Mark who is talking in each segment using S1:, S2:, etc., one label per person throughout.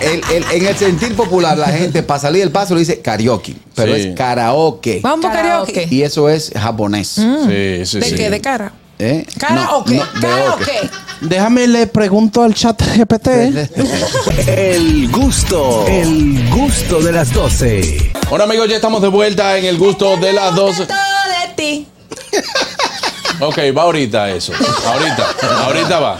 S1: el- el- en el sentir popular, la gente para salir del paso le dice karaoke, pero
S2: Sí.
S1: es karaoke.
S3: Vamos a
S4: Karaoke.
S3: karaoke.
S1: Y eso es japonés.
S2: Sí, sí,
S3: ¿De
S2: sí.
S3: qué? ¿De cara?
S1: ¿Eh?
S3: Karaoke.
S1: No, no, de oque.
S3: Karaoke.
S5: Déjame le pregunto al chat GPT.
S6: El gusto, el gusto de las 12.
S2: Bueno, amigos, ya estamos de vuelta en el gusto de las dos.
S3: Todo de ti.
S2: Ok, va ahorita eso. Ahorita, ahorita va.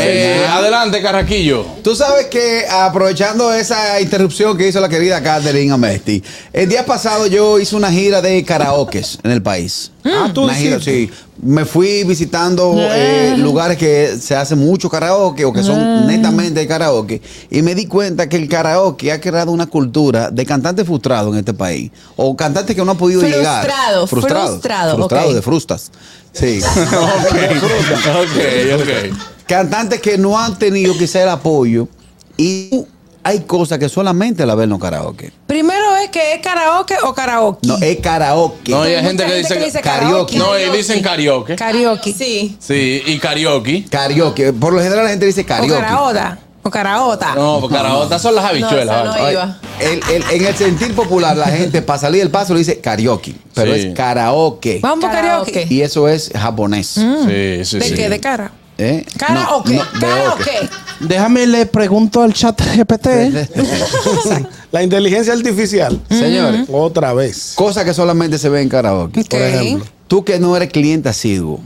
S2: Eh, adelante, Carraquillo.
S1: Tú sabes que aprovechando esa interrupción que hizo la querida Catherine Amesti, el día pasado yo hice una gira de karaokes en el país.
S5: Ah, tú
S1: Una gira,
S5: hiciste.
S1: sí. Me fui visitando eh, lugares que se hace mucho karaoke o que son netamente de karaoke y me di cuenta que el karaoke ha creado una cultura de cantante frustrado en este país o cantante que no ha podido llegar.
S3: Frustrado, frustrado, ok.
S1: de frustas. Sí.
S2: Ok, ok.
S1: cantantes que no han tenido quizá el apoyo y hay cosas que solamente la ven los karaoke.
S3: Primero es que es karaoke o karaoke.
S1: No, es karaoke.
S2: No,
S3: Hay
S2: hay gente
S3: mucha
S2: que
S3: gente que
S2: dice
S3: dice
S1: karaoke.
S2: No, y dicen karaoke.
S3: Karaoke.
S4: Sí.
S2: Sí, y karaoke.
S1: Karaoke. Por lo general la gente dice
S3: O
S1: karaoke.
S3: karaota. O karaota.
S2: No, karaoke son las habichuelas.
S4: No, esa no
S2: ¿vale?
S1: Ay,
S4: es. Iba.
S1: el- el- en el sentir popular la gente para salir del paso le dice karaoke, pero
S2: Sí.
S1: es karaoke.
S3: Vamos a
S4: Karaoke.
S3: karaoke.
S1: Y eso es japonés.
S2: Sí, sí,
S3: ¿De
S2: sí.
S3: qué? ¿De cara?
S1: ¿Eh?
S3: Karaoke.
S1: No, no, de
S3: karaoke.
S5: Déjame le pregunto al chat GPT.
S1: oque.
S7: La inteligencia artificial.
S1: Señores,
S7: Otra vez.
S1: cosas que solamente se ven en karaoke.
S3: Ok.
S7: ejemplo.
S1: Tú que no eres cliente asiduo,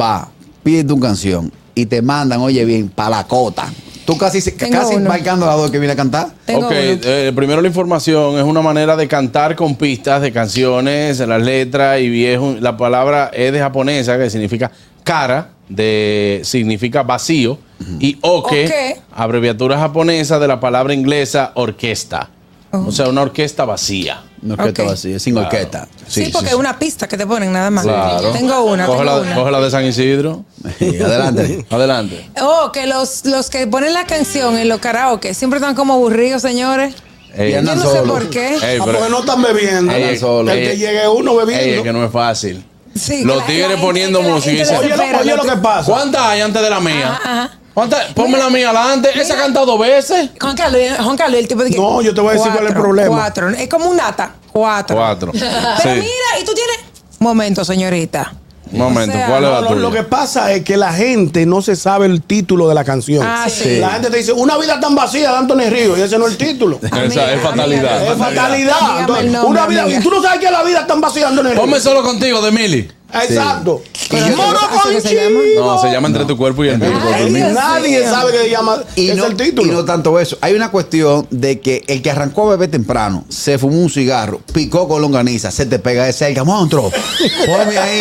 S1: va, pide tu canción y te mandan, oye bien, para la cota. Tú casi,
S3: Tengo
S1: casi
S3: uno.
S1: marcando la dos que viene a cantar.
S3: Tengo
S2: ok,
S3: uno.
S2: eh, primero la información es una manera de cantar con pistas de canciones, las letras y viejo. La palabra es de japonesa que significa cara, de significa vacío y oke,
S3: Oke.
S2: abreviatura japonesa de la palabra inglesa orquesta. O sea, una orquesta vacía.
S1: No es que
S3: Ok.
S1: todo así, sin
S2: Claro.
S1: orquesta.
S3: Sí, porque es una pista que te ponen nada más.
S2: Claro.
S3: Tengo una.
S2: Coge la,
S3: tengo una.
S2: coge la de San Isidro.
S1: Sí, adelante.
S2: Adelante.
S3: Oh, que los, los que ponen la canción en los karaoke siempre están como aburridos, señores.
S2: Ey,
S1: Y
S3: Yo
S1: andan
S3: no sé
S1: solo.
S3: por qué.
S2: ey,
S7: Ah,
S2: pero-
S7: porque no están bebiendo.
S2: ey,
S7: el
S2: ey, solo.
S7: que
S2: Ey,
S7: llegue uno
S2: ey, es
S7: bebiendo.
S2: que no es fácil.
S3: Sí,
S2: Los
S3: que la-
S2: tigres
S3: la gente-
S2: poniendo
S3: que la gente
S2: música y se-
S7: Oye,
S3: desespera,
S7: lo, oye lo
S3: los
S7: que pasa.
S2: ¿Cuántas hay antes de la mía?
S3: Ajá, ajá.
S2: ¿Cuántas? Ponme la mía adelante. Esa ha
S3: mira.
S2: cantado dos veces.
S3: Juan Carlos, Juan Carlos, el tipo de que-
S7: No, yo te voy a decir cuál es el
S3: Cuatro,
S7: problema.
S3: Cuatro, es como un nata. Cuatro.
S2: Cuatro.
S3: Pero
S2: Sí.
S3: mira, y tú tienes. Momento, señorita.
S2: Un momento,
S3: O sea,
S2: ¿cuál es la
S7: No, lo,
S2: tuya?
S7: lo que pasa es que la gente no se sabe el título de la canción.
S3: Ah, sí.
S7: La gente te dice, una vida tan vacía de Anthony Ríos, y ese no es el título. es
S2: Esa es
S3: Amiga,
S2: fatalidad.
S3: amiga.
S7: fatalidad.
S3: Dígame el
S7: Entonces,
S3: nombre,
S7: una vida,
S3: amiga.
S7: y tú no sabes que la vida es tan vacía de Anthony Ríos.
S2: Ponme solo contigo, de Mili.
S7: Exacto.
S3: Pero yo-
S7: Moro
S3: ¿así que
S7: con
S3: se llama?
S7: chivo.
S2: No, se llama Entre tu cuerpo y el mío.
S3: Ay, Dios
S7: Nadie
S3: mío.
S7: sabe que se llama
S1: Y
S7: es
S1: no,
S7: el título.
S1: y no tanto eso. Hay una cuestión de que el que arrancó a beber temprano, se fumó un cigarro, picó con longaniza, se te pega de cerca, monstruo. Ponme ahí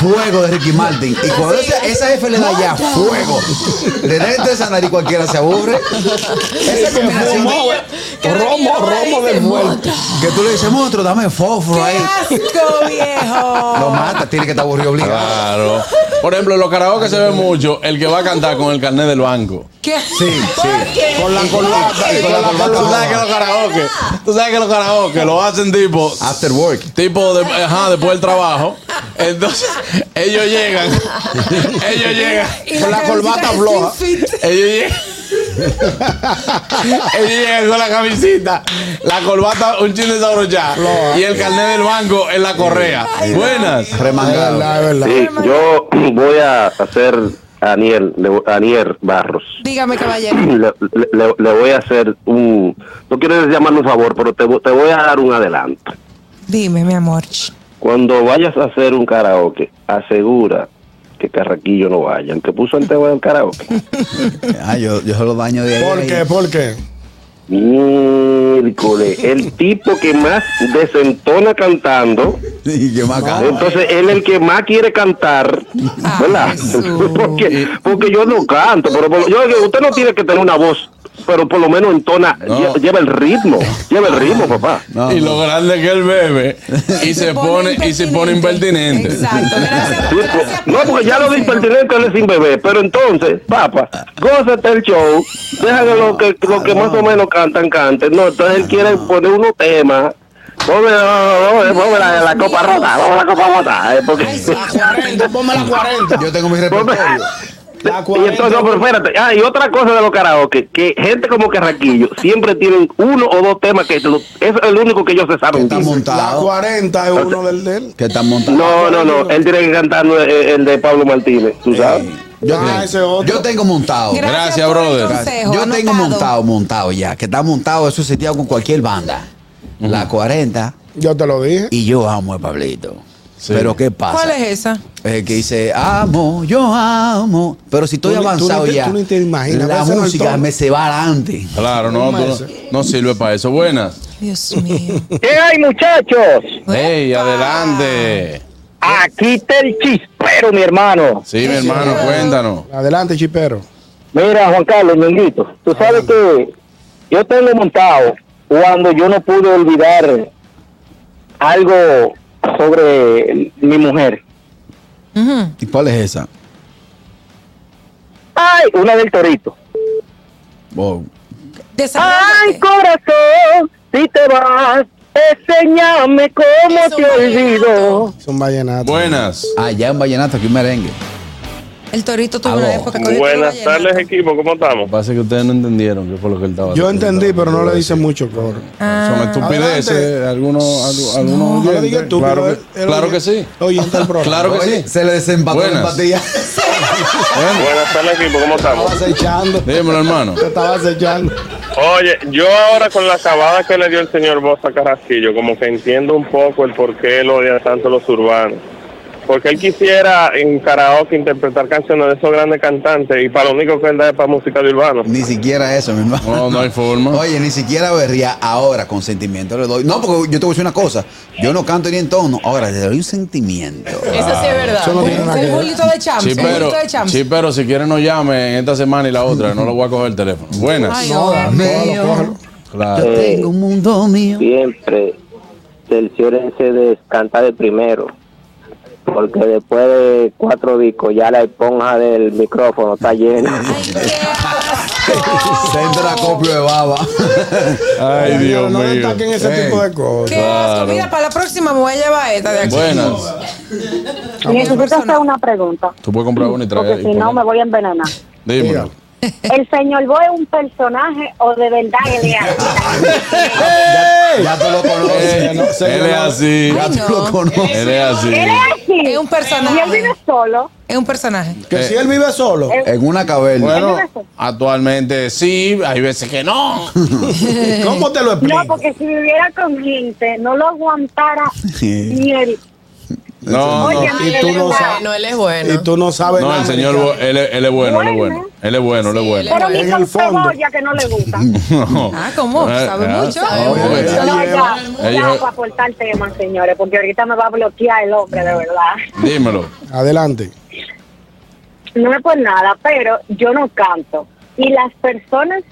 S1: fuego de Ricky Martin. Y cuando esa, esa F le da ya fuego, le da entre esa nariz cualquiera se aburre. Esa combinación
S7: Romo, romo, romo del muerto.
S1: que tú le dices, monstruo, dame fósforo
S3: ¡Qué
S1: ahí.
S3: asco,
S1: Lo
S3: viejo!
S1: mata, tiene que estar aburrido
S7: Ah,
S1: obligado.
S2: Claro. Por ejemplo, en los karaoke se ve mucho el que va a cantar con el carnet del banco.
S3: ¿Qué?
S1: Sí, sí.
S7: Con la eh, corbata. y
S1: Con la corbata.
S2: Tú sabes que los karaoke, tú sabes que los karaoke lo hacen tipo
S1: After work.
S2: tipo de, ajá, después del trabajo. Entonces, ellos llegan. Ellos llegan.
S3: Y
S7: Con la
S3: camiseta
S7: corbata
S3: de
S7: floja.
S3: Slim Fit.
S2: Ellos llegan. Ellos llegan con la camisita, la corbata, un chin desabrochado y el carnet del banco en la correa. Buenas.
S1: Remangado.
S8: Sí, yo voy a hacer a Aniel, le- a Aniel Barros.
S3: Dígame, caballero.
S8: Le, le- le- le voy a hacer un... No quiero llamarle un favor, pero te, vo- te voy a dar un adelanto.
S3: Dime, mi amor.
S8: Cuando vayas a hacer un karaoke, asegura que Carraquillo no vaya. El que puso el tema del karaoke.
S1: Ah, yo, yo se lo daño de ahí.
S7: ¿Por qué? ¿Por qué?
S8: Miércoles, el tipo que más desentona cantando.
S1: Y qué más caro.
S8: Entonces él es el que más quiere cantar,
S3: Ay,
S8: ¿verdad?
S3: Jesús.
S8: porque, porque yo no canto, pero por lo- yo digo, usted no tiene que tener una voz, pero por lo menos entona,
S2: No.
S8: lle- lleva el ritmo, lleva el ritmo, papá.
S1: No,
S2: y lo grande que él bebe y se pone y se pone impertinente.
S3: Exacto. Gracias,
S8: Sí,
S3: gracias
S8: pues,
S3: por
S8: no, porque ya lo
S3: el
S8: di
S3: consejo.
S8: pertinente, él es sin bebé, pero entonces, papá, gózate el show, déjale lo que, lo que más o menos cantan, canten, no, entonces él quiere poner unos temas. Ponme, no, no, no, ponme la, la copa rota, ponme la copa rota, eh, porque...
S3: Ay, sí.
S7: La 40, ponme la 40.
S1: Yo tengo mi repertorio.
S2: La
S9: Y entonces, no, pero
S2: 40.
S9: espérate. Ah, y otra cosa de los karaoke, que gente como Carraquillo siempre tienen uno o dos temas que lo- es el único que ellos se
S1: Que
S9: saben.
S1: está
S7: La
S1: montado.
S7: 40 es uno del de él.
S1: Que está montado.
S9: No, no, no. Él tiene que cantar el, el de Pablo Martínez, ¿tú sabes?
S1: Eh, yo,
S7: Ah,
S1: tengo-
S7: ese otro.
S1: yo tengo montado.
S2: Gracias, brother.
S1: Yo tengo montado, montado ya. Que está montado, eso seteado con cualquier banda. La 40
S7: Yo te lo dije.
S1: y yo amo a Pablito.
S2: Sí.
S1: Pero ¿qué pasa?
S3: ¿Cuál es esa?
S1: Eh, que dice, amo, yo amo. Pero si estoy
S7: Tú ni- tú
S1: avanzado
S7: ni te-
S1: ya,
S7: tú ni te imaginas,
S1: la
S7: ese no es el
S1: música
S7: tono.
S1: me se va adelante.
S2: Claro, no, tú no, no sirve para eso. Buenas.
S3: Dios mío.
S10: ¿Qué hay, muchachos?
S2: Hey,
S3: Epa.
S2: adelante.
S10: Aquí está el chispero, mi hermano.
S2: Sí, mi hermano, cuéntanos.
S7: Adelante, chipero.
S10: Mira, Juan Carlos, ñonguito,
S1: Ah.
S10: tú sabes que yo tengo montado cuando yo no pude olvidar algo sobre mi mujer.
S3: Ujú.
S1: ¿Y cuál es esa?
S10: Ay, una del torito.
S1: Oh,
S10: Ay,
S3: Desarrollate.
S10: corazón, si te vas, enséñame cómo
S3: Es un
S10: te olvido.
S3: vallenato.
S7: Es un vallenato.
S2: Buenas.
S1: allá en Vallenato, aquí en merengue.
S3: El torito tuvo
S1: Aló.
S3: una época que
S8: Buenas tardes, equipo,
S2: Lo
S8: ¿cómo estamos?
S2: que pasa es que ustedes no entendieron qué fue lo que él estaba
S7: Yo
S2: diciendo.
S7: entendí, pero no le dicen mucho coro.
S2: Son estupideces.
S7: Adelante.
S2: Algunos, algu- algunos
S7: No le
S2: oyentes.
S7: digas tú,
S2: claro,
S7: pero
S2: que,
S7: él- él
S2: claro
S7: oye-
S2: que sí.
S7: Oye, está el programa.
S2: Claro que sí.
S1: Se le desempató
S2: Buenas.
S1: la empatía.
S8: Buenas tardes, equipo, ¿cómo estamos?
S7: Estabas echando.
S2: Dímelo, hermano.
S7: Te estabas echando.
S8: Oye, yo ahora con la acabada que le dio el señor Bosa Carrasquillo, como que entiendo un poco el por qué él odia tanto a los urbanos. Porque él quisiera en karaoke interpretar canciones de esos grandes cantantes y para lo único que él da es para música de urbano.
S1: Ni siquiera eso, mi hermano.
S2: No, no hay forma.
S1: Oye, ni siquiera berría ahora con sentimiento le doy. No, porque yo te voy a decir una cosa. Yo no canto ni en tono. Ahora le doy un sentimiento.
S3: Eso sí es verdad.
S7: Eso no
S3: Un-
S7: tiene nada que
S3: Un
S7: ver.
S3: bulito de champs.
S2: Sí,
S3: Un
S2: pero,
S3: bulito de champs.
S2: sí, pero si quieren no llamen esta semana y la otra, no lo voy a coger el teléfono. Buenas.
S3: Ay,
S1: Ah,
S7: Joda,
S3: hombre.
S1: Mío.
S7: cógelo, cógelo.
S2: Claro.
S1: Yo tengo un mundo mío.
S10: siempre cerciórense de cantar de primero, porque después de cuatro discos ya la esponja del micrófono está llena.
S3: Ay, qué asco.
S1: Se entra copio de baba.
S2: Ay, Dios
S7: no le
S2: mío.
S7: ataquen ese
S1: Ey.
S7: tipo de cosas.
S3: Qué asco. Mira, para la próxima me voy a llevar esta de aquí.
S2: Buenas.
S4: Necesito hacer una pregunta,
S2: Tú puedes comprar una y
S4: porque
S7: eh,
S2: traer. y
S4: si no
S2: poner.
S4: me voy a envenenar.
S2: Dímelo.
S4: ¿El señor Bo es un personaje o de verdad él es así?
S1: Ya tú lo
S2: Eh,
S1: conoces.
S2: él es así.
S1: Ya tú lo
S3: no.
S1: conoces.
S2: Él es así.
S4: ¿Él es así?
S3: Es un personaje.
S4: Y él vive solo.
S3: Es un personaje.
S7: Que si él vive solo.
S1: En una caverna.
S2: Bueno, actualmente sí, hay veces que no.
S7: ¿Cómo te lo explico?
S4: No, porque si viviera con gente, no lo aguantara ni él.
S2: No, no.
S4: Oye,
S7: y tú no sabes.
S3: él es bueno.
S7: Y tú no sabes
S2: No,
S7: nada.
S2: el señor,
S7: Ricardo.
S2: Bo- él, es- él es bueno, él es bueno. Él es bueno, él es bueno.
S4: Pero
S7: En
S4: ni
S7: el
S4: con
S7: fondo.
S4: cebolla que no le gusta.
S2: No.
S3: Ah, ¿cómo?
S2: Eh,
S3: Sabe
S2: ah,
S3: mucho.
S2: sabe
S3: Oye,
S2: mucho.
S7: ya
S4: No,
S7: lleva.
S4: ya,
S2: Ella-
S4: ya para aportar temas, señores, porque ahorita me va a bloquear el hombre, de verdad.
S2: Dímelo.
S7: Adelante.
S4: No es por nada, pero yo no canto. Y las personas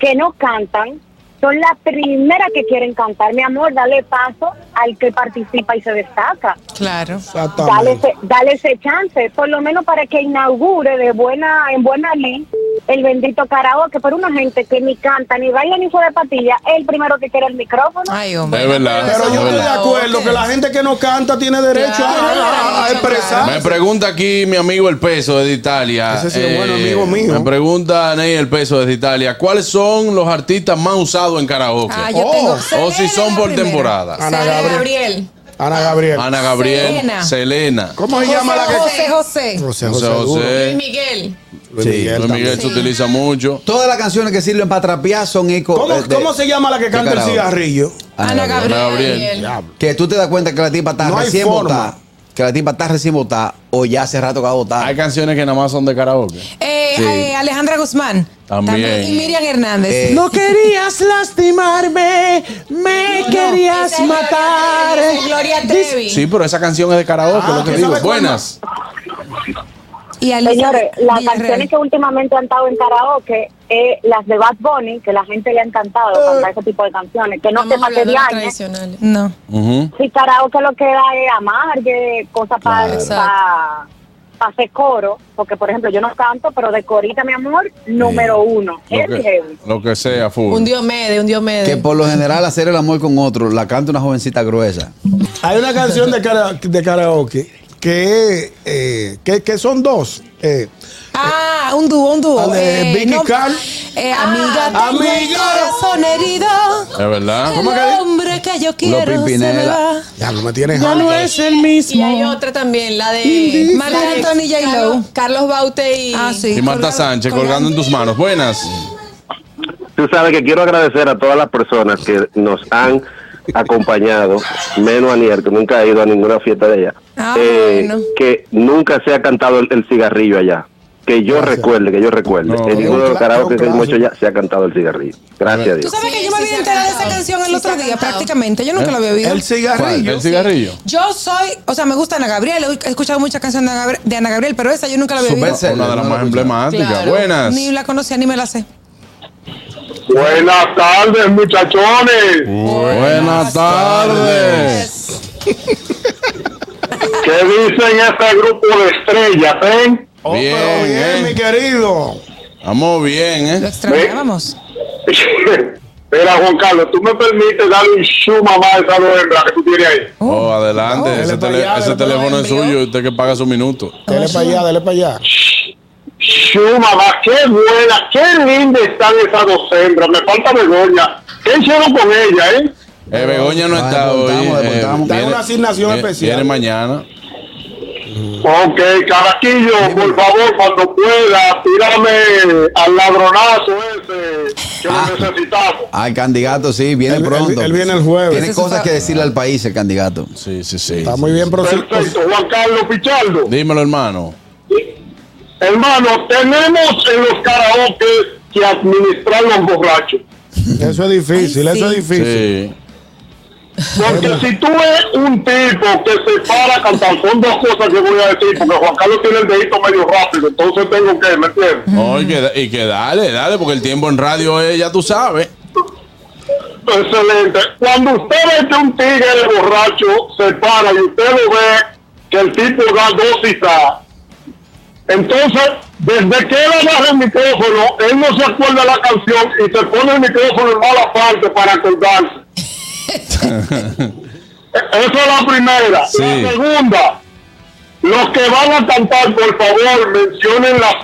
S4: que no cantan son las primeras que quieren cantar. Mi amor, dale paso al que participa y se destaca.
S3: Claro.
S4: Dale
S7: Exactamente.
S4: ese, dale ese chance, por lo menos para que inaugure de buena en buena ley el bendito karaoke. Pero una gente que ni canta, ni baila, ni fue de patilla, es el primero que quiere el micrófono.
S3: Ay, hombre.
S2: Es verdad.
S7: Pero
S2: Es
S7: yo estoy de
S2: verdad.
S7: acuerdo que la gente que no canta tiene derecho a- a, a- a
S2: Me
S7: expresar.
S2: pregunta aquí mi amigo el peso desde Italia. eh,
S7: Ese sí es bueno amigo mío.
S2: Me pregunta Ney el peso desde Italia. ¿Cuáles son los artistas más usados en karaoke?
S3: Ah, yo
S7: Oh.
S3: tengo.
S2: O si son por temporada.
S7: Ana
S3: Ana Gabriel.
S7: Gabriel. Ana Gabriel.
S2: Oh, Ana Gabriel,
S3: Selena.
S2: Selena,
S7: ¿Cómo se
S3: José,
S7: llama la que
S3: José, José.
S2: José
S7: José José, duro.
S2: José,
S3: Miguel.
S7: Luis Miguel
S2: Luis
S7: también.
S2: Miguel se utiliza mucho.
S1: Todas las canciones que sirven para trapear son eco.
S7: ¿Cómo,
S1: eh, de-
S7: cómo se llama la que
S1: de
S7: canta el
S1: karaoke.
S7: cigarrillo?
S3: Ana Gabriel.
S2: Ana Gabriel.
S1: Que tú te das cuenta que la tipa está
S7: No hay
S1: recién
S7: forma.
S1: votada. Que la tipa está recién votada o ya hace rato que va a
S2: Hay
S1: votar.
S2: canciones que nada más son de karaoke.
S3: Eh,
S1: Sí.
S3: eh, Alejandra Guzmán.
S2: También.
S3: Y Miriam Hernández.
S1: Eh,
S5: No querías lastimarme, me querías
S3: Esa es Gloria
S5: matar.
S3: Trevi, Gloria Trevi.
S2: Sí, pero esa canción es de karaoke,
S7: Ah,
S2: lo que
S7: ¿tú
S2: digo.
S7: sabes cuál
S2: Buenas.
S3: Y Alicia
S4: Señores, las
S3: Villarreal.
S4: canciones que últimamente han estado en karaoke, eh, las de Bad Bunny, que la gente le ha encantado cantar ese tipo de canciones, que no se ¿eh? materiales.
S3: No.
S2: Ujú.
S4: Si karaoke lo que da es amargue, cosas para
S3: Exacto.
S4: hacer coro, porque por ejemplo yo no canto, pero de corita, mi amor, número uno.
S2: Lo,
S4: Heavy,
S2: que,
S4: heavy.
S2: lo que sea, full.
S3: Diomede, un
S5: Eh.
S3: Diomede.
S1: que por lo general hacer el amor con otro la canta una jovencita gruesa.
S7: Hay una canción de, cara- de karaoke que, eh, que, que son dos. Eh,
S3: Ah, un dúo, un dúo.
S7: Ah, de Vicky Carl.
S3: eh, amiga,
S7: Ah,
S3: tengo el
S7: amiga.
S3: corazón herido.
S1: Ah,
S2: Es verdad.
S3: El hombre que yo quiero se me va.
S1: Pimpinela.
S7: ya no me tienes
S5: Ya no
S7: harto.
S5: es el mismo.
S11: Y hay otra también, la de
S7: Indecente.
S3: Marc
S11: la de
S3: Anthony y J-Lo.
S11: Carlos- Carlos Baute y
S3: Ah, sí.
S2: Y Marta Sánchez colgando en tus manos. Buenas.
S9: Tú sabes que quiero agradecer a todas las personas que nos han acompañado, menos a Nier, que nunca ha ido a ninguna fiesta de ella, eh,
S3: Ah, bueno.
S9: que nunca se ha cantado el, el cigarrillo allá. Que yo recuerde, que yo recuerde.
S2: No.
S9: en ninguno de los
S7: Es un clásico,
S9: karaoke que hemos hecho
S7: clásico.
S9: ya se ha cantado el cigarrillo. Gracias a
S3: Tú
S9: Dios.
S3: sabes
S11: Sí,
S3: que yo me
S11: sí
S3: había
S11: se ha
S3: enterado de esa
S11: cantado.
S3: canción el
S11: Sí se
S3: otro
S11: ha
S3: día,
S11: cantado.
S3: prácticamente. Yo nunca
S2: ¿Eh?
S3: la había oído.
S7: El cigarrillo.
S2: ¿El cigarrillo?
S3: Yo soy, o sea, me gusta Ana Gabriel. He escuchado muchas canciones de Ana Gabri- de Ana Gabriel, pero esa yo nunca la había
S1: Su
S3: oído.
S1: best- Sí,
S2: Una de
S1: no
S2: las
S1: la
S2: más
S1: escuchaba.
S2: emblemáticas.
S11: Claro.
S2: Buenas.
S3: Ni la conocía ni me la sé.
S8: Buenas tardes, muchachones.
S2: Buenas tardes.
S8: ¿Qué dicen este grupo de estrellas, eh?
S7: Oh, pero
S2: Bien, eh.
S7: bien, mi querido.
S2: Vamos bien,
S3: Lo
S2: ¿eh?
S3: extrañábamos.
S8: Mira, Juan Carlos, ¿tú me permites darle un chuma más a esa hembra que tú tienes ahí?
S2: Oh, adelante.
S7: Oh,
S2: ese
S7: dele pa'
S2: tele-
S7: allá,
S2: ese
S7: dele pa'
S2: teléfono es suyo y usted que paga su minuto.
S7: Dele para allá, dele para allá.
S8: Chuma más, qué buena, qué linda están esas dos hembras. Me falta Begoña. ¿Qué hicieron con ella, eh?
S2: Eh, Begoña no
S1: Ah,
S2: está hoy.
S1: descontamos,
S2: eh,
S1: descontamos.
S7: Dale una asignación
S2: viene-
S7: especial.
S2: Viene mañana.
S8: Ok, Carajillo, por favor, cuando pueda, tírame al ladronazo ese que
S1: Ah.
S8: lo necesitamos.
S1: Al candidato, sí, viene
S7: Él- él-
S1: pronto.
S7: él viene el jueves.
S1: Tiene
S3: Ese Oh, es
S1: cosas
S3: su-
S1: que decirle al país el candidato.
S2: Sí, sí, sí.
S7: Está muy bien, pero Ah, sí-
S8: Perfecto, Juan Carlos Pichardo.
S2: Dímelo, hermano.
S8: Hermano, tenemos en los karaoke que administrar los borrachos.
S7: eso es difícil,
S3: Ay,
S7: eso es
S3: sí.
S7: difícil.
S2: Sí.
S8: Porque si tú eres un tipo que se para a cantar, son dos cosas que voy a decir, porque Juan Carlos tiene el dedito medio rápido, entonces tengo que, ¿me entiendes?
S2: Oh, y, que, y que dale, dale, porque el tiempo en radio es, ya tú sabes.
S8: Excelente. Cuando usted ve que un tigre borracho se para y usted lo ve que el tipo da dosis A, entonces, desde que él agarra el micrófono, él no se acuerda de la canción y se pone el micrófono en mala parte para acordarse. E- Esa es la primera.
S2: Sí.
S8: La segunda, los que van a cantar, por favor, mencionen las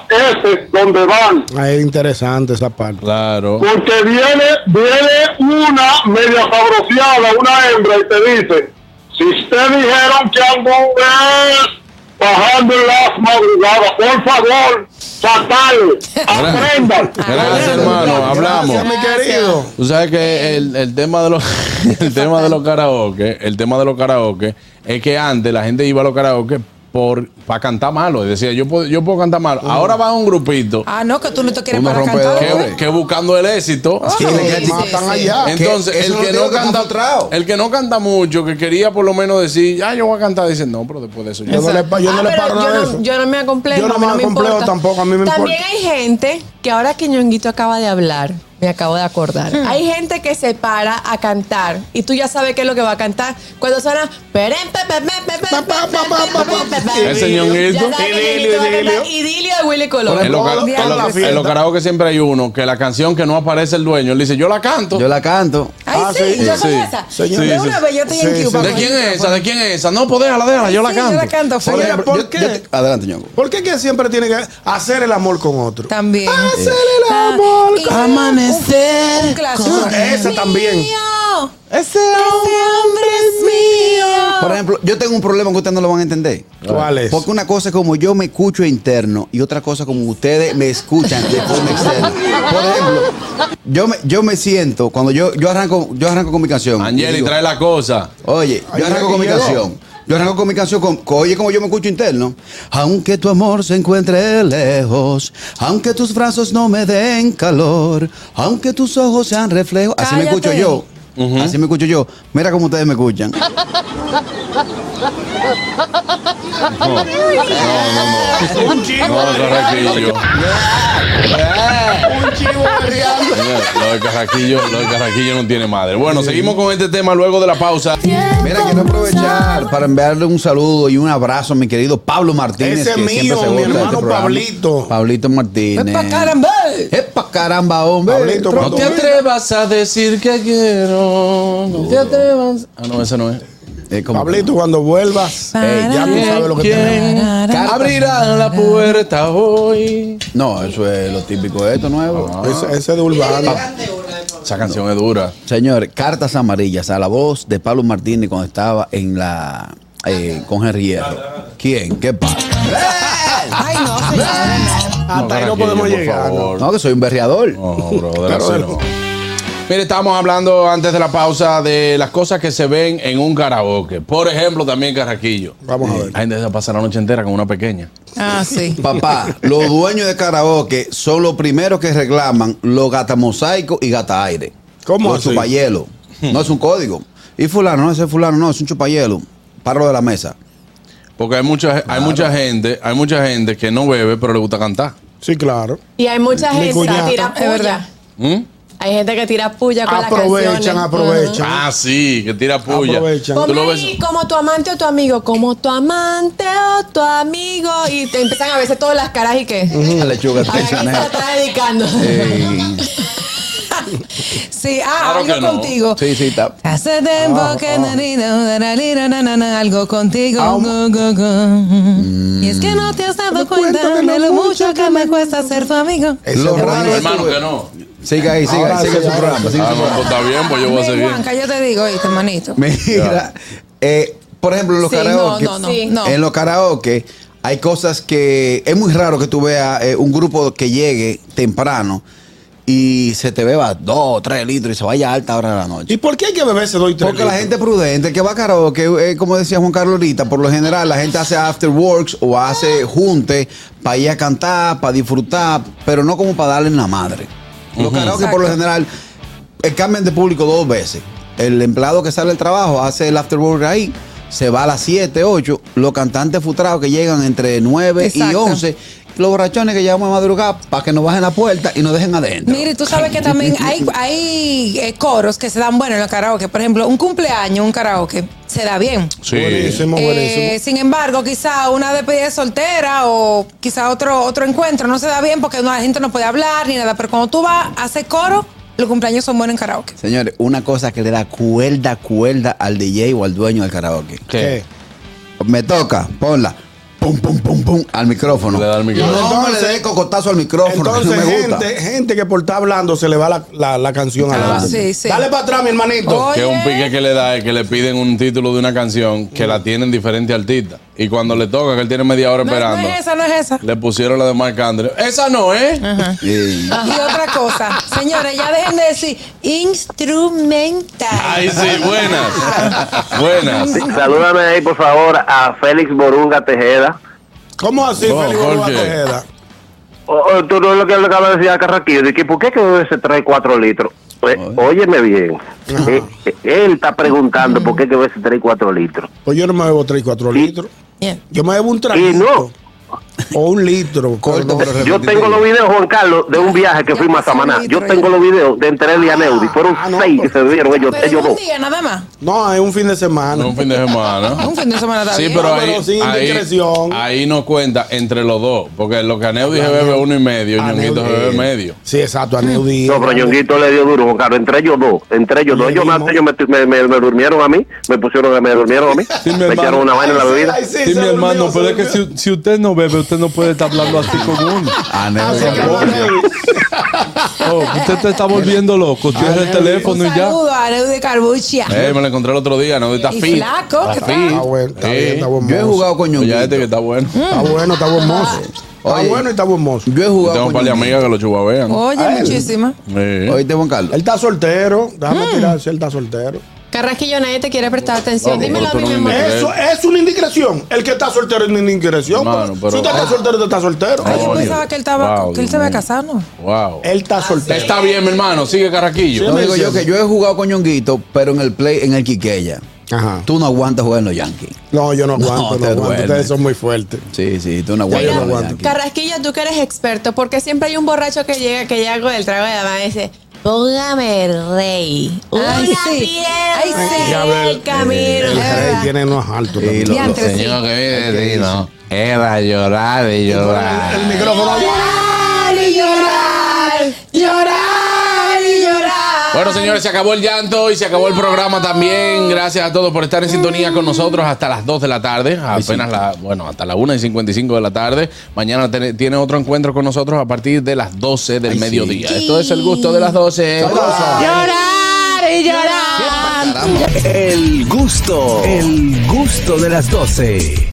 S8: S donde van.
S7: Ah, es interesante esa parte.
S2: Claro.
S8: Porque viene, viene una media sabroseada, una hembra, y te dice, si usted dijeron que anduve bajando en las madrugadas, por favor, fatal, aprendan.
S2: Gracias, hermano. Hablamos.
S7: Gracias, mi querido.
S2: Tú sabes que el, el tema de los el tema de los karaoke, el tema de los karaoke es que antes la gente iba a los karaoke por para cantar malo, decía, yo puedo, yo puedo cantar malo. Ahora va un grupito
S3: Ah, no, que tú no te quieres
S1: Uno
S3: para
S1: rompe
S3: cantar.
S1: dos,
S3: güey.
S2: que, que buscando el éxito.
S1: Sí,
S3: sí,
S1: que-
S3: sí,
S7: Matan
S3: sí.
S7: allá.
S2: Entonces,
S1: Ah, que eso
S2: el
S1: no
S2: que
S1: tiene
S2: no
S1: que
S2: canta
S1: estar frustrado.
S2: el que no canta mucho, que quería por lo menos decir, "Ah, yo voy a cantar", dice, "No, pero después de eso
S7: Yo
S2: yo
S7: no le, pa- yo no
S11: Ah,
S7: le
S11: pero
S7: paro
S11: yo
S7: nada de
S11: no-
S7: eso.
S11: Yo no me acomplejo.
S7: Yo no
S11: a mí
S7: me acomplejo
S11: importa.
S7: tampoco, a mí me
S11: También
S7: importa.
S11: hay gente que ahora que Ñonguito acaba de hablar, me acabo de acordar. Hay gente que se para a cantar y tú ya sabes qué es lo que va a cantar. Cuando suena.
S2: Ese Ñonguito.
S11: Ya sabes que Ñonguito va a cantar Idilio de Willy Colón.
S2: en los
S7: Toda-
S2: ca-
S7: toda
S2: en
S7: la
S2: los-
S7: fiesta.
S2: en los karaoke siempre hay uno que la canción que no aparece el dueño, él dice, "Yo la canto."
S1: Yo la canto.
S3: Ay,
S7: Ah,
S3: sí,
S7: sí,
S3: yo soy
S2: sí.
S3: esa.
S7: Señor.
S3: de
S2: Sí,
S3: una
S2: sí.
S3: vez yo estoy
S7: Sí,
S3: en
S7: sí,
S3: Cuba.
S2: ¿De
S3: con
S2: quién
S3: el
S2: es esa?
S3: micrófono.
S2: ¿De quién es esa? No, pues déjala, déjala, yo la
S3: Sí, yo la
S2: canto.
S3: canto.
S7: Señora,
S3: fuera.
S7: ¿por
S1: Yo-
S7: qué?
S1: yo te- adelante, ñongo.
S7: ¿Por qué que siempre tiene que hacer el amor con otro?
S3: También.
S7: Hacer Ah, el
S11: Ah,
S7: amor
S3: y-
S7: con
S3: Amanecer. Un clásico.
S7: con- Ese también.
S3: Mío,
S7: Ese hombre.
S3: Ese
S1: Por
S3: hombre es mío.
S1: ejemplo, yo tengo un problema que ustedes no lo van a entender.
S7: ¿Cuál es?
S1: Porque una cosa es como yo me escucho interno y otra cosa como ustedes me escuchan de forma externa. Por ejemplo, yo me, yo me siento, cuando yo, yo arranco, yo arranco con mi canción. y
S2: Angeli,
S1: digo,
S2: trae la cosa.
S1: Oye,
S7: Ahí
S1: yo arranco con mi
S7: llegó.
S1: canción. Yo arranco con mi canción, con, con- oye como yo me escucho interno. Aunque tu amor se encuentre lejos, aunque tus brazos no me den calor, aunque tus ojos sean reflejos. Así me escucho
S3: Cállate.
S1: yo. Así me escucho yo. Mira cómo ustedes me escuchan.
S7: Un chivo.
S2: No, el carraquillo.
S7: Un chivo berreando.
S2: Lo del carraquillo, lo del carraquillo no tiene madre. Bueno, seguimos con este tema luego de la pausa.
S1: Mira, quiero aprovechar para enviarle un saludo y un abrazo a mi querido Pablo Martínez.
S7: Ese
S1: que siempre
S7: mío,
S1: se goza
S7: mi
S1: de este
S7: hermano
S1: programa.
S7: Pablito.
S1: Pablito Martínez.
S3: Ven pa' caramba.
S1: Epa, caramba, hombre.
S7: Pablito,
S1: Tro-
S2: No te atrevas a decir que quiero. No te atrevas. Ah, no, ese no es.
S1: Es como-
S7: Pablito, cuando vuelvas,
S1: Ey,
S7: ya tú sabes lo que tenemos.
S2: Abrirá la puerta hoy.
S1: No, eso es lo típico de esto nuevo.
S7: Ah. Ese, ese de Urbano.
S2: Esa canción es dura.
S1: Señor, Cartas Amarillas, a la voz de Pablo Martínez cuando estaba en la. eh, con Henry Hierro. ¿Quién? ¿Qué pasa?
S3: Ay, no,
S11: pues,
S3: señor.
S7: Hasta ahí no podemos llegar. ¿no?
S1: No, que soy un berreador.
S7: Oh.
S2: No, brother, así no. Mire, estábamos hablando antes de la pausa de las cosas que se ven en un karaoke. Por ejemplo, también Carraquillo.
S7: Vamos a ver.
S2: La gente se pasa la noche entera con una pequeña.
S3: Ah, sí.
S1: Papá, los dueños de karaoke son los primeros que reclaman los gatamosaicos y gata aire.
S7: ¿Cómo
S1: Los
S7: así?
S1: chupayelo. No es un código. Y fulano, no, ese fulano, no, es un chupayelo. Páralo de la mesa.
S2: Porque hay mucha, hay mucha gente, hay mucha gente que no bebe, pero le gusta cantar.
S7: Sí, claro.
S11: Y hay mucha
S7: Mi
S11: gente que
S7: cuñada.
S11: tira
S3: Es verdad.
S11: puya.
S2: ¿Mm?
S11: Hay gente que tira puya con las canciones.
S7: Aprovechan, aprovechan.
S2: Ah, sí, que tira puya.
S7: Aprovechan.
S2: Tú
S11: Ponme
S2: lo ves-
S11: ahí como tu amante o tu amigo, como tu amante o tu amigo. Y te empiezan a veces todas las caras y qué.
S2: Mm.
S1: La lechuga
S11: A ver, ¿a quién se la
S1: artesanal.
S11: está dedicando?
S1: Ey.
S3: Sí, ah,
S2: Claro que
S3: algo
S2: no. Ah,
S3: contigo.
S1: Sí, sí, está.
S3: Hace tiempo que no lido, da, da, li, da, na, na, na, algo contigo.
S7: Ah,
S2: um.
S3: go, go, go.
S2: Mm.
S3: Y es que no te has dado cuenta de lo mucho que me cuesta ser tu amigo.
S7: Ese
S1: Lo
S7: es
S1: raro
S7: bueno.
S2: hermano, que no.
S1: Siga ahí, siga
S7: Ahora
S1: ahí, siga
S7: sí,
S1: su
S7: ahora
S1: programa.
S7: sí.
S1: siga
S2: Ah,
S1: su
S2: no,
S1: programa.
S2: pues está bien, pues yo voy a seguir.
S3: Juanca, yo te digo, oíste, manito.
S1: Mira, eh, por ejemplo, en los
S11: Sí, no,
S1: karaoke.
S11: no, no, no.
S1: En los karaoke hay cosas que es muy raro que tú veas eh, un grupo que llegue temprano y se te beba dos, tres litros y se vaya a alta hora de la noche.
S7: ¿Y por qué hay que beberse dos y tres
S1: Porque la
S7: litros?
S1: gente es prudente, el que va a karaoke, eh, como decía Juan Carlos ahorita, por lo general la gente hace after works o hace junte para ir a cantar, para disfrutar, pero no como para darle en la madre. Los karaoke por lo
S3: Exacto.
S1: general eh, cambian de público dos veces. El empleado que sale del trabajo hace el after work ahí, se va a las 7, 8, los cantantes frustrados que llegan entre 9 y
S3: Exacto.
S1: 11, los borrachones que llegamos a madrugar para que nos bajen la puerta y nos dejen adentro.
S3: Mire, tú sabes que también hay, hay eh, coros que se dan bueno en los karaoke. Por ejemplo, un cumpleaños, un karaoke, se da bien.
S2: Sí.
S7: Buenísimo, buenísimo.
S3: Eh, sin embargo, quizá una despedida de soltera o quizá otro, otro encuentro no se da bien porque no- la gente no puede hablar ni nada. Pero cuando tú vas a hacer coro, los cumpleaños son buenos en karaoke.
S1: Señores, una cosa que le da cuerda, cuerda al DJ o al dueño del karaoke.
S7: ¿Qué?
S1: Me toca, ponla. Pum, pum, pum, pum, al micrófono.
S2: Le da al micrófono.
S1: No me le dé cocotazo al micrófono, que
S7: Entonces,
S1: no me gusta.
S7: gente, gente que por estar hablando se le va la, la- la canción
S3: Ah,
S7: adelante.
S3: sí, sí.
S7: Dale para atrás, mi hermanito.
S3: Oye.
S2: Que un pique que le da es que le piden un título de una canción que la tienen diferentes artistas. Y cuando le toca, que él tiene media hora
S3: No,
S2: esperando,
S3: no es esa, no es esa.
S2: le pusieron la de Marc Andrews. Esa no, ¿eh?
S1: Sí.
S3: Y otra cosa, señores, ya dejen de decir instrumental.
S2: Ay, sí, buenas. buenas.
S9: Salúdame ahí, por favor, a Félix Borunga Tejeda.
S7: ¿Cómo así,
S2: No,
S7: Félix
S2: Jorge.
S7: Borja Tejeda?
S9: O, o tú no lo que le acabas de decir a Carraquillo, de que ¿por qué que bebe se trae 4 litros? Eh, óyeme bien, Eh, eh, él está preguntando por qué que bebe se trae 4 litros.
S7: Pues yo no me bebo 3, 4 litros.
S3: Bien.
S7: Yo me bebo un
S9: Y
S7: traguito.
S9: no,
S7: O un litro.
S1: Corto,
S7: pero-
S1: pero
S9: yo tengo los videos, Juan Carlos, de un viaje que
S3: Ya
S9: fuimos a
S3: pasó el
S9: Samaná. Yo
S3: litro ya.
S9: tengo los videos de entre él y Aneudi. Fueron
S7: Ah, no,
S9: seis que
S7: pues.
S9: se bebieron ellos,
S3: Pero
S9: ellos
S3: un
S9: dos.
S3: día nada más.
S7: No, es un fin de semana.
S2: Un fin de semana.
S3: Un fin de semana está
S2: Sí,
S3: bien.
S2: pero
S7: No, pero
S2: ahí,
S7: sin
S2: ahí,
S7: discreción.
S2: ahí no cuenta entre los dos. Porque lo que Aneudi se bebe uno y medio, Ñonguito se bebe
S7: Aneudi.
S2: medio.
S7: Sí, exacto, a Neudí.
S9: No, pero Ñonguito le dio duro, Juan Carlos, entre ellos dos, entre ellos
S7: Le
S9: dos. Ellos,
S7: dimos.
S9: más, ellos me, me, me- me durmieron a mí, me pusieron, me durmieron a mí,
S2: mi
S9: me
S2: hermano.
S9: echaron una vaina en la
S7: Ay, sí,
S9: bebida.
S7: ay, sí, se durmió, se durmió.
S2: usted no bebe, usted no puede estar hablando así como uno. Oh,
S1: Ah, no,
S7: Así
S1: no,
S7: que
S1: no, no.
S7: no, Neudí.
S2: usted te está volviendo loco. Cierra el teléfono
S3: Un saludo a Areu de Carbuchia.
S2: Eh, me lo encontré el otro día, ¿no? Está
S3: Y
S2: fit.
S3: flaco,
S2: Está
S3: ¿qué
S2: fit.
S3: tal?
S7: Está bueno, está
S2: Sí.
S7: bien, está buen
S1: Yo he
S7: mozo.
S1: jugado con
S2: Oye, este que
S1: Ñonguito.
S2: está bueno.
S7: Está bueno, está buen mozo. Está
S1: Oye.
S7: bueno y está buen mozo.
S1: Yo he
S2: Yo
S1: jugado
S2: tengo
S1: con
S2: un par de
S1: Ñonguito.
S2: amigas ¿eh? que lo chubavean.
S3: Oye, muchísimas.
S2: Sí.
S1: Oíste, Juan
S7: Él
S1: Carlos.
S7: está soltero. Déjame
S1: Mm.
S7: tirar si él está soltero.
S11: Carrasquillo, nadie te quiere prestar atención.
S2: Loco,
S11: Dímelo a
S2: pero
S11: mí,
S2: tú
S11: mi
S2: no
S11: amor.
S2: entiendes.
S7: Eso es una indiscreción. El que está soltero es una indiscreción.
S2: Hermano,
S7: pero
S2: pero-
S7: si usted
S1: ah.
S7: está soltero, usted está soltero.
S3: Ay, yo
S2: Coño.
S3: pensaba que él estaba,
S2: Wow,
S3: que él
S2: Dios
S3: se había
S2: mío.
S3: casado, ¿no?
S2: Wow.
S3: Eh,
S7: Él está soltero.
S2: Está bien, mi hermano. Sigue Carraquillo.
S1: No digo yo que yo he jugado con Ñonguito, pero en el play, en el Quiqueya.
S7: Ajá.
S1: Tú no aguantas jugar en los Yankees.
S7: No, yo no aguanto, no,
S1: te
S7: aguanto.
S1: duele.
S7: Ustedes son muy fuertes.
S1: Sí, sí, tú no
S7: yo
S1: aguantas jugar
S7: no
S1: en los
S7: aguanto.
S1: Yankees.
S11: Carrasquilla, tú que eres experto, porque siempre hay un borracho que llega, que llega con el trago de la mano y dice, póngame rey. Una
S3: Ay, sí.
S11: piedra
S3: Ay, sí.
S7: Ya ver,
S11: seca, mira".
S7: El rey tiene unos altos.
S1: Y
S7: también.
S1: lo- lo-
S3: Diantre, sí.
S2: Señor, que viene de ti, ¿no? Era llorar y llorar.
S7: El micrófono.
S11: Llorar y llorar, llorar y llorar.
S2: Bueno, señores, se acabó el llanto y se acabó el programa también. Gracias a todos por estar en sintonía con nosotros hasta las 2 de la tarde. Apenas la, bueno, hasta la 1 y 55 de la tarde. Mañana ten- tiene otro encuentro con nosotros a partir de las 12 del mediodía. Esto es el gusto de las 12.
S11: Llorar y llorar.
S6: El gusto, el gusto de las 12.